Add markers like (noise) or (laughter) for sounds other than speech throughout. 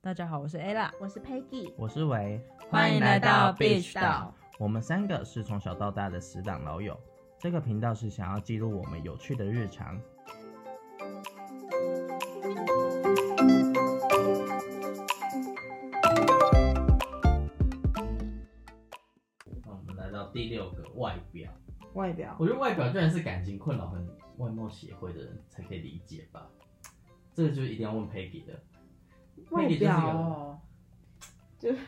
大家好，我是 Ella，我是 Peggy，我是维，欢迎来到 Beach 岛。我们三个是从小到大的死党老友，这个频道是想要记录我们有趣的日常。那我们来到第六个外表，外表我觉得外表居然是感情困扰跟外貌协会的人才可以理解吧，这个就一定要问 Peggy 的。外 Peggy 就是一个表哦，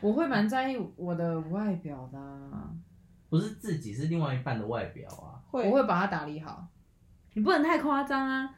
我会蛮在意我的外表的啊、不是自己，是另外一半的外表啊。会我会把它打理好。你不能太夸张啊！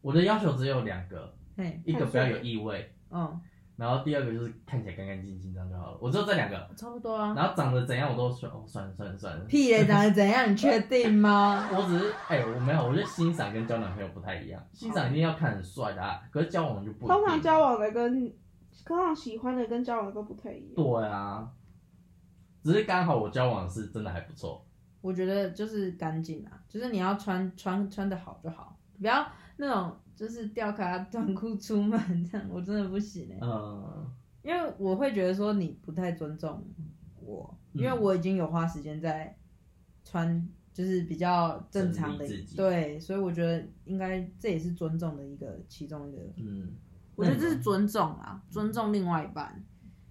我的要求只有两个，嘿，一个不要有异味，嗯，然后第二个就是看起来干干净净这样就好了。我只有这两个，差不多啊。然后长得怎样我都算，哦，算了算了算了。屁嘞，长得怎样？你确定吗？ (laughs) 我只是哎、我没有，我觉得欣赏跟交男朋友不太一样，欣赏一定要看很帅的、啊，可是交往就不一定。啊通常交往的跟通常喜欢的跟交往的都不太一样。对啊，只是刚好我交往是真的还不错，我觉得就是干净啊，就是你要穿穿穿的好就好，不要那种就是吊卡 (laughs) 短裤出门这样，我真的不行哎、嗯，因为我会觉得说你不太尊重我，因为嗯我已经有花时间在穿，就是比较正常的整理自己对，所以我觉得应该这也是尊重的一个其中一个，嗯，我觉得这是尊重啊，尊重另外一半，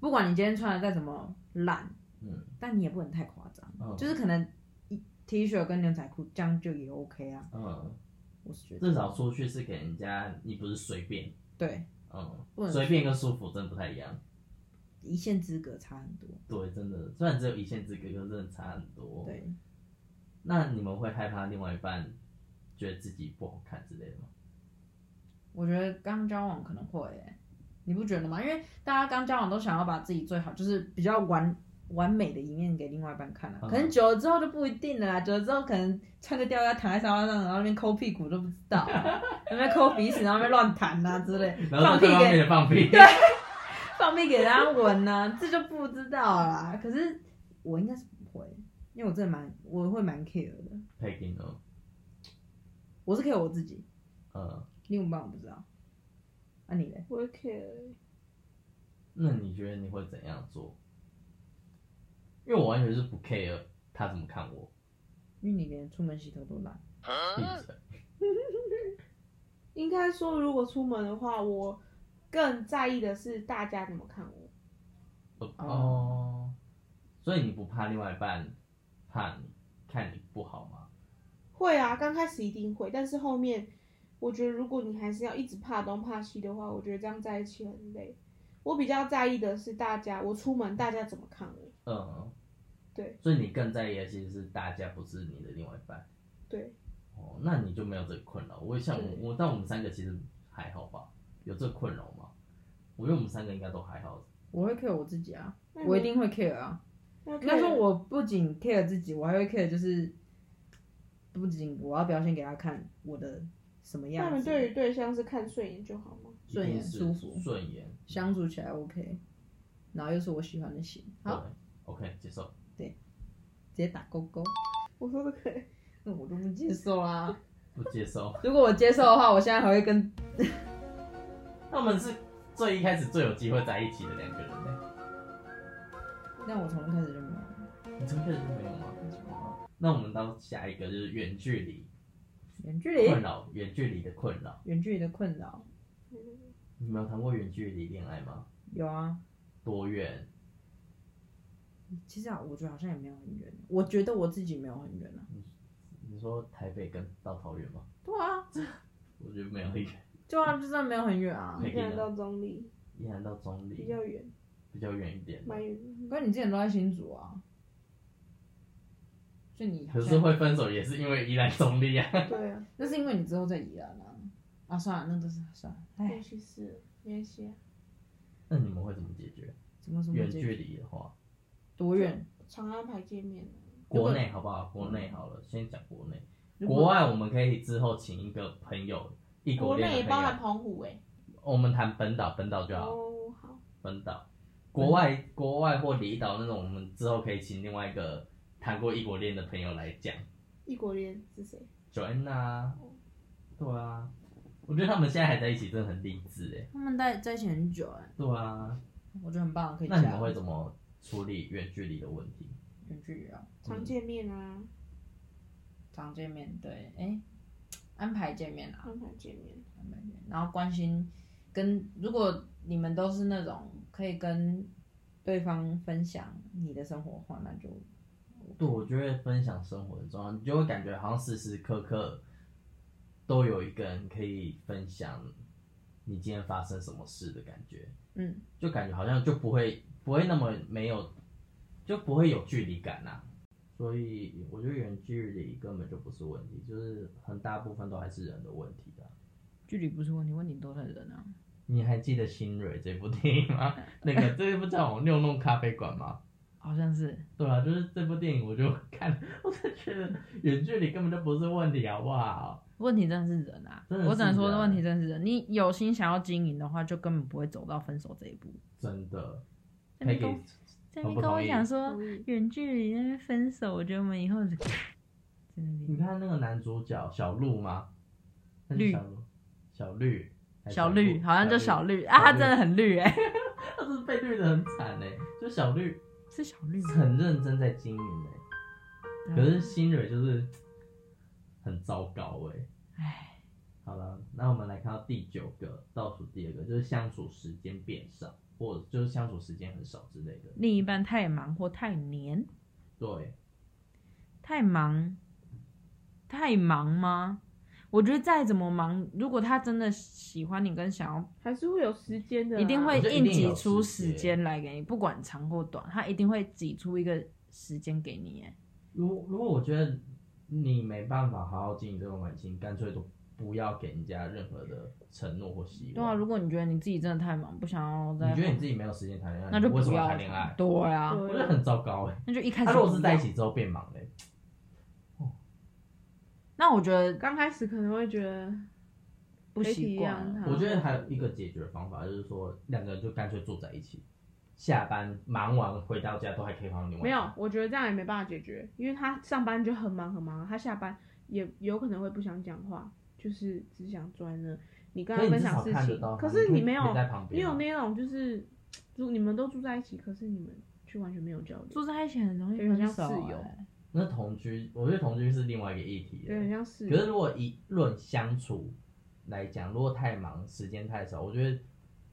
不管你今天穿的再怎么烂，嗯，但你也不能太夸张，嗯就是可能一 T 恤跟牛仔裤这样就也 OK 啊，嗯，我是觉得至少出去是给人家，你不是随便，对，嗯不，能随便跟舒服真的不太一样。一线之隔差很多，对，真的，虽然只有一线之隔，可是真的差很多。，对，那你们会害怕另外一半觉得自己不好看之类的吗？我觉得刚交往可能会、欸，你不觉得吗？因为大家刚交往都想要把自己最好，就是比较完完美的一面给另外一半看啊。嗯可能久了之后就不一定了啦，久了之后可能穿个吊带躺在沙发上，然后那边抠屁股都不知道、啊，那边抠鼻屎，然后那边乱弹啊之类，然后放在屁对方给啊面的放 (laughs) 屁，放屁给大家闻啊，这就不知道啦。可是我应该是不会，因为我真的蛮我会蛮 care 的，配给呢？我是 care 我自己，呃，另一半我不知道。啊你嘞？我会 care，那你觉得你会怎样做？因为我完全是不 care 他怎么看我，因为你连出门洗头都懒。闭嘴。应该说如果出门的话，我更在意的是大家怎么看我。我哦呃哦，所以你不怕另外一半怕你看你不好吗？会啊，刚开始一定会，但是后面我觉得如果你还是要一直怕东怕西的话，我觉得这样在一起很累。我比较在意的是大家，我出门大家怎么看我。嗯，对。所以你更在意的其实是大家，不是你的另外一半。对，哦，那你就没有这个困扰。我也像我对我，但我们三个其实还好吧？有这个困扰吗？我觉得我们三个应该都还好。我会 care 我自己啊，那你我一定会 care 啊。那应该说，可以我不仅 care 自己，我还会 care 就是，不仅我要表现给他看我的什么那样你子，对于对象是看顺眼就好吗？顺眼一定是舒服顺眼。相处起来 OK，然后又是我喜欢的型，好，对，OK，接受。直接打勾勾，我说的可以，那我都不接受啊啦。不接受。 (laughs) 如果我接受的话，我现在还会跟他们是最一开始最有机会在一起的两个人呢。那我从一开始就没有你从一开始就没有吗？那我们到下一个就是远距离远距离困，扰，远距离的困扰。远距离的困扰你们有谈过远距离恋爱吗？有啊。多远？其实啊，我觉得好像也没有很远，我觉得我自己没有很远啊。你说台北跟到桃园吗？对啊，我觉得没有很远， (laughs) 对啊，就真的没有很远啊。没一 (laughs) 个人到中立依然到中比立，较远，比较远一点。蛮 (laughs) 远的。可是你之前都在新竹啊，所以你好可像是会分手也是因为依然中立啊。对啊，那是因为你之后在宜兰啊。啊，算了，那都是算了，哎也，许是没关系啊， (laughs) 那你们会怎么解决？怎么怎么远解距离的话，多远？常安排见面啊如果国内好不好？国内好了，先讲国内。如果国外我们可以之后请一个朋友，异国国内恋啊也的包朋含友，澎湖哎、我们谈本岛，本岛就好。哦，好，本岛，国外、国外或离岛那种，我们之后可以请另外一个谈过异国恋的朋友来讲异国恋是谁？嗯，Joanna，啊对啊，我觉得他们现在还在一起，真的很励志哎，他们在在一起很久哎、对啊，我觉得很棒，可以那你加们会怎么处理远距离的问题？远距离啊，常见面啊，常见面对，哎、安排见面啊，常常见面。安排见面，然后关心跟如果你们都是那种可以跟对方分享你的生活的话，那就对，我觉得分享生活很重要，你就会感觉好像时时刻刻都有一个人可以分享你今天发生什么事的感觉，嗯，就感觉好像就不会不会那么没有，就不会有距离感啦、啊所以我觉得远距离根本就不是问题，就是很大部分都还是人的问题的。啊距离不是问题，问题都在人啊。你还记得《新蕊》这部电影吗？ (laughs) 那个这部叫我六弄咖啡馆吗？好像是，对啊，就是这部电影，我就看，我就觉得远距离根本就不是问题，好不好？问题真的是人啊！真的是我只能说，人问题真的是人。你有心想要经营的话，就根本不会走到分手这一步。真的，在那 Peggy 边跟在那同不边跟同我意讲说同意远距离那边分手，我觉得我们以后只在那你边看那个男主角小鹿吗？那是绿小鹿，小绿，还是小绿鹿好像叫小绿啊，他真的，很绿哎、他是被绿的很惨哎，就小绿 (laughs) 是小绿吗？很认真在经营哎，可是新蕊就是很糟糕哎。唉，好了，那我们来看到第九个倒数第二个，就是相处时间变少，或者就是相处时间很少之类的。另一半太忙或太黏，对，太忙，太忙吗？我觉得再怎么忙，如果他真的喜欢你跟想要还是会有时间的啊、一定会我觉得一硬定有挤出时时间间来给你，不管长或短，他一定会挤出一个时间给你。哎，如如果我觉得你没办法好好经营这段感情，干脆都不要给人家任何的承诺或希对啊，望。如果你觉得你自己真的太忙，不想要再，你觉得你自己没有时间谈恋爱，那就你为什不么要要谈恋爱？啊对啊，我觉得很糟 (laughs) 糕哎、那就一开他始如果是不在一要，起之后变忙嘞、那我觉得刚开始可能会觉得不习可以体惯谅。他我觉得还有一个解决方法就是说，两个人就干脆住在一起，下班忙完回到家都还可以玩另外没有，我觉得这样也没办法解决，因为他上班就很忙很忙，啊他下班也有可能会不想讲话，就是只想坐在那。你跟可他以分至享少事看得情到，他，可是你你没有，在旁你边啊，有那种就是，如你们都住在一起，可是你们却完全没有交流，住在一起很容易有点分像手、室友哎那同居，我觉得同居是另外一个议题了。有点像室可是友。如果以论相处来讲，如果太忙，时间太少，我觉得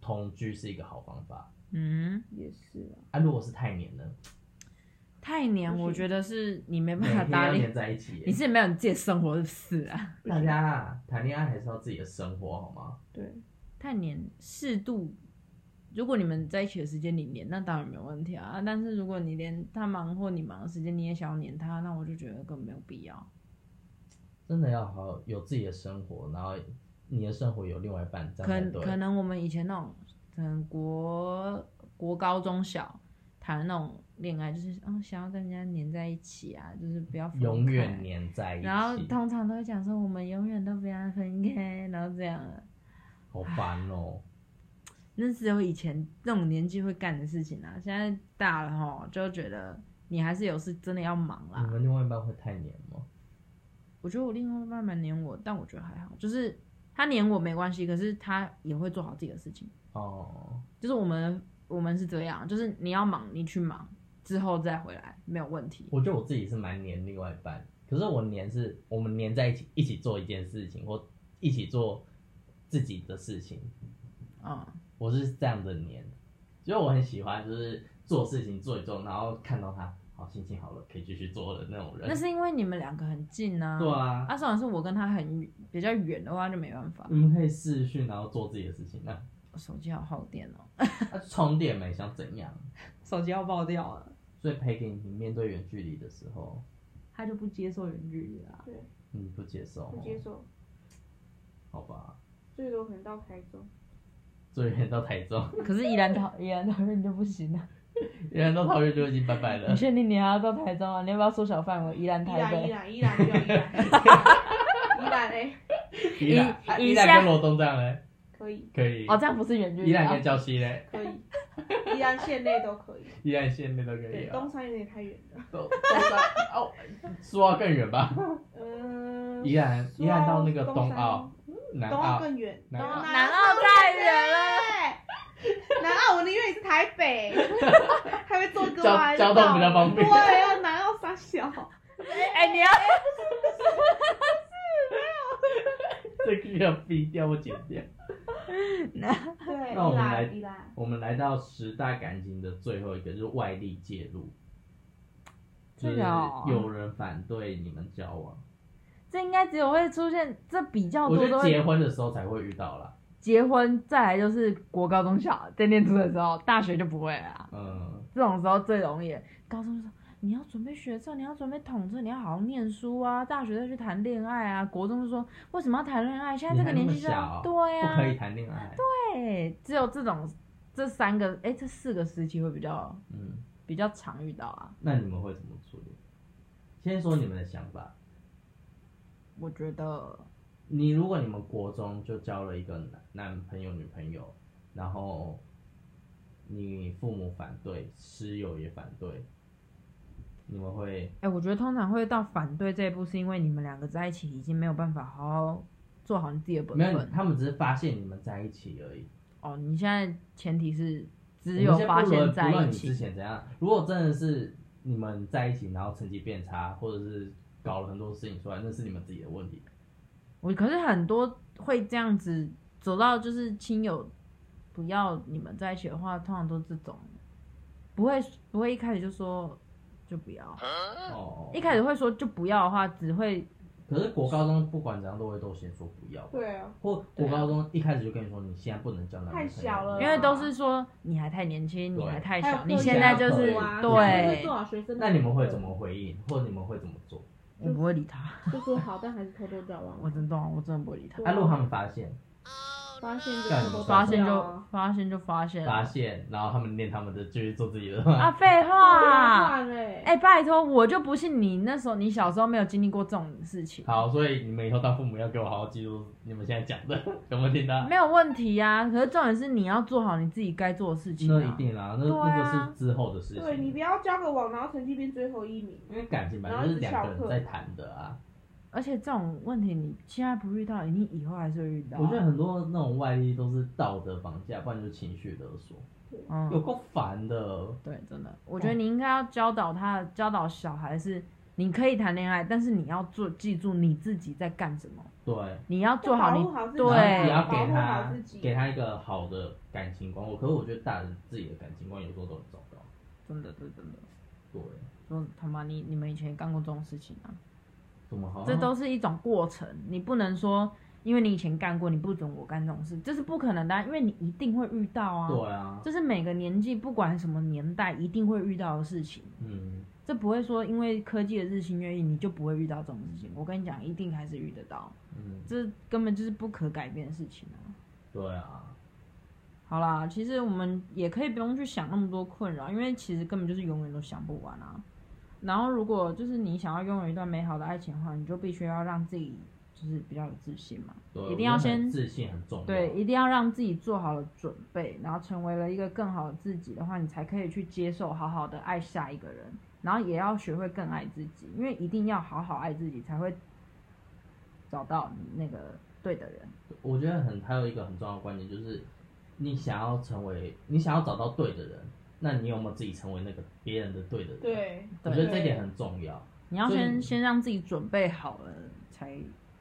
同居是一个好方法。嗯，也是啊，啊，如果是太黏 (laughs) 了，太黏，不行我觉得是你没每办天法搭要理黏，在一起耶，你是没有你自己的生活是不是啊？大家啊谈恋爱还是要自己的生活好吗？对，太黏，适度。如果你们在一起的时间你黏，那当然没有问题啊。但是如果你连他忙或你忙的时间你也想要黏他，那我就觉得根本没有必要。真的要好好有自己的生活，然后你的生活有另外一半，这样可才能可对。能我们以前那种，可能国国高中小谈的那种恋爱，就是嗯想要跟人家黏在一起啊，就是不要分开永远。黏在一起，然后通常都会讲说我们永远都不要分开，然后这样啊，好烦哦、那只有以前那种年纪会干的事情啊。现在大了吼，就觉得你还是有事真的要忙啦。你们另外一半会太黏吗？我觉得我另外一半蛮黏我，但我觉得还好，就是他黏我没关系，可是他也会做好自己的事情。哦，就是我们我们是这样，就是你要忙你去忙，之后再回来没有问题。我觉得我自己是蛮黏另外一半，可是我黏是我们黏在一起，一起做一件事情，或一起做自己的事情，嗯，我是这样的黏。所以我很喜欢就是做事情做一做，然后看到他好心情好了，可以继续做了那种人。那是因为你们两个很近啊。对。啊，啊，虽然是我跟他很远比较远的话就没办法。你们嗯可以视讯，然后做自己的事情。那我手机好耗电哦，那充电没想怎样？手机要爆掉了，所以陪给你面对远距离的时候，他就不接受远距离啦。对，你不接受不哦，接受，好吧？最多可能到台中。所以人到台中，可是宜兰桃宜兰桃园就不行了。人到桃园就已经拜拜你了。确定你还要到台中啊？你要不要缩小范围？宜兰依台然依北。然依然依然依然 (laughs) 依然哎，依然，啊以依然下跟罗东这样嘞，可以可以。哦，这样不是远距依离然啊跟？礁溪嘞，可以，宜兰县内都可以。依然县内都可以对，啊东。山有点太远了。东东山 (laughs) 哦，说到更远吧，嗯，依然依然到那个东澳、南东澳澳，更远，南澳南南澳太远了对。 (laughs) 南澳，我宁愿你是台北， (laughs) 还会坐个交弯交通比较方便对，。要南澳三小，哎、你要这个要逼掉或剪掉。对，那我宜们来兰宜兰。我们来到十大感情的最后一个，就是外力介入，就这是个哦有人反对你们交往，这应该只有会出现，这比较我多觉都得会结婚的时候才会遇到啦。结婚，再来就是国高中小在念书的时候，大学就不会了啊。嗯，这种时候最容易，高中就说你要准备学测，你要准备统测，你要好好念书啊。大学再去谈恋爱啊，国中就说为什么要谈恋爱？现在这个年纪就你还那么要小对不可以啊，谈恋爱。对，只有这种这三个哎、这四个时期会比较哎嗯，比较常遇到啊。那你们会怎么处理？先说你们的想法。我觉得你如果你们国中就交了一个男男朋友女朋友，然后你父母反对，室友也反对，你们会哎、我觉得通常会到反对这一步，是因为你们两个在一起已经没有办法好好做好你自己的本没有？分。他们只是发现你们在一起而已。哦，你现在前提是只我有们先不发论现不在论一你之起，前怎样，如果真的是你们在一起，然后成绩变差，或者是搞了很多事情出来，那是你们自己的问题。我可是很多会这样子走到就是亲友不要你们在一起的话，通常都这种，不会不会一开始就说就不要，哦，嗯一开始会说就不要的话，只会可是国高中不管怎样都会都先说不要，对啊，或国高中一开始就跟你说你现在不能交男女朋友，太小了因为都是说你还太年轻，你对还太还有小，你课现业在要就顾是啊就是对做，好学生的那你们会功课怎么回应，或者你们会怎么做？我不会理他，就说好，但还是偷偷交往。我真的我真的不会理他。啊，如果他们发现，发现就干偷偷你发交现往就啊发现就发现发现，然后他们念他们的，继续做自己的，啊，废话，不然欸哎、拜托，我就不信你那时候你小时候没有经历过这种事 (laughs) 情，好，所以你们以后当父母要给我好好记录你们现在讲的，有没有听到？没有问题啊。可是重点是你要做好你自己该做的事情、那啊，一定啦，那、对啊那个是之后的事对你情。不要交个网，然后成绩变最后一名。因嗯为感情本来就是两个人在谈的啊，而且这种问题你现在不遇到，你以后还是会遇到啊。我觉得很多那种外力都是道德绑架，不然就是情绪勒索，有嗯，够烦的。对，真的，我哦觉得你应该要教导他，教导小孩是你可以谈恋爱，但是你要做记住你自己在干什么，对，你要做好保你护好自己啊对然后也要保给护好他自己给他一个好的感情观。我可是我觉得大人自己的感情观有时候都很糟糕。真的，对，真的。对，说他妈你你们以前也干过这种事情啊？怎么哦好像？这都是一种过程，你不能说因为你以前干过，你不准我干这种事，这是不可能的啊、因为你一定会遇到啊。对啊，这是每个年纪，不管什么年代，一定会遇到的事情。嗯，这不会说因为科技的日新月异，你就不会遇到这种事情。我跟你讲，一定还是遇得到，嗯，这根本就是不可改变的事情啊。对啊，好啦，其实我们也可以不用去想那么多困扰，因为其实根本就是永远都想不完啊。然后，如果就是你想要拥有一段美好的爱情的话，你就必须要让自己就是比较有自信嘛，对，啊一定要我觉得先自信很重要。对，，一定要让自己做好了准备，然后成为了一个更好的自己的话，你才可以去接受好好的爱下一个人，然后也要学会更爱自己，因为一定要好好爱自己，才会找到你那个对的人。我觉得很还有一个很重要的观点就是，你想要成为，你想要找到对的人，那你有没有自己成为那个别人的对的人？，对，我觉得这一点很重要。你要所以先先让自己准备好了才。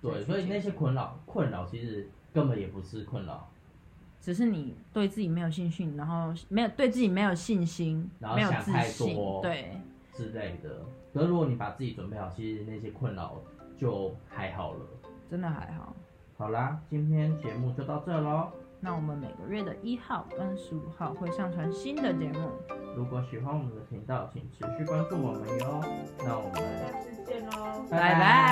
对，再去所以接那受些困扰困扰其实根本也不是困扰，只是你对自己没有信心，然后没有对自己没有信心，然后没有想自太信多，对，之类的。可是如果你把自己准备好，其实那些困扰就还好了。真的还好。好啦，今天节目就到这喽。那我们每个月的一号跟十五号会上传新的节目，如果喜欢我们的频道，请持续关注我们哟。那我们下次见喽。拜拜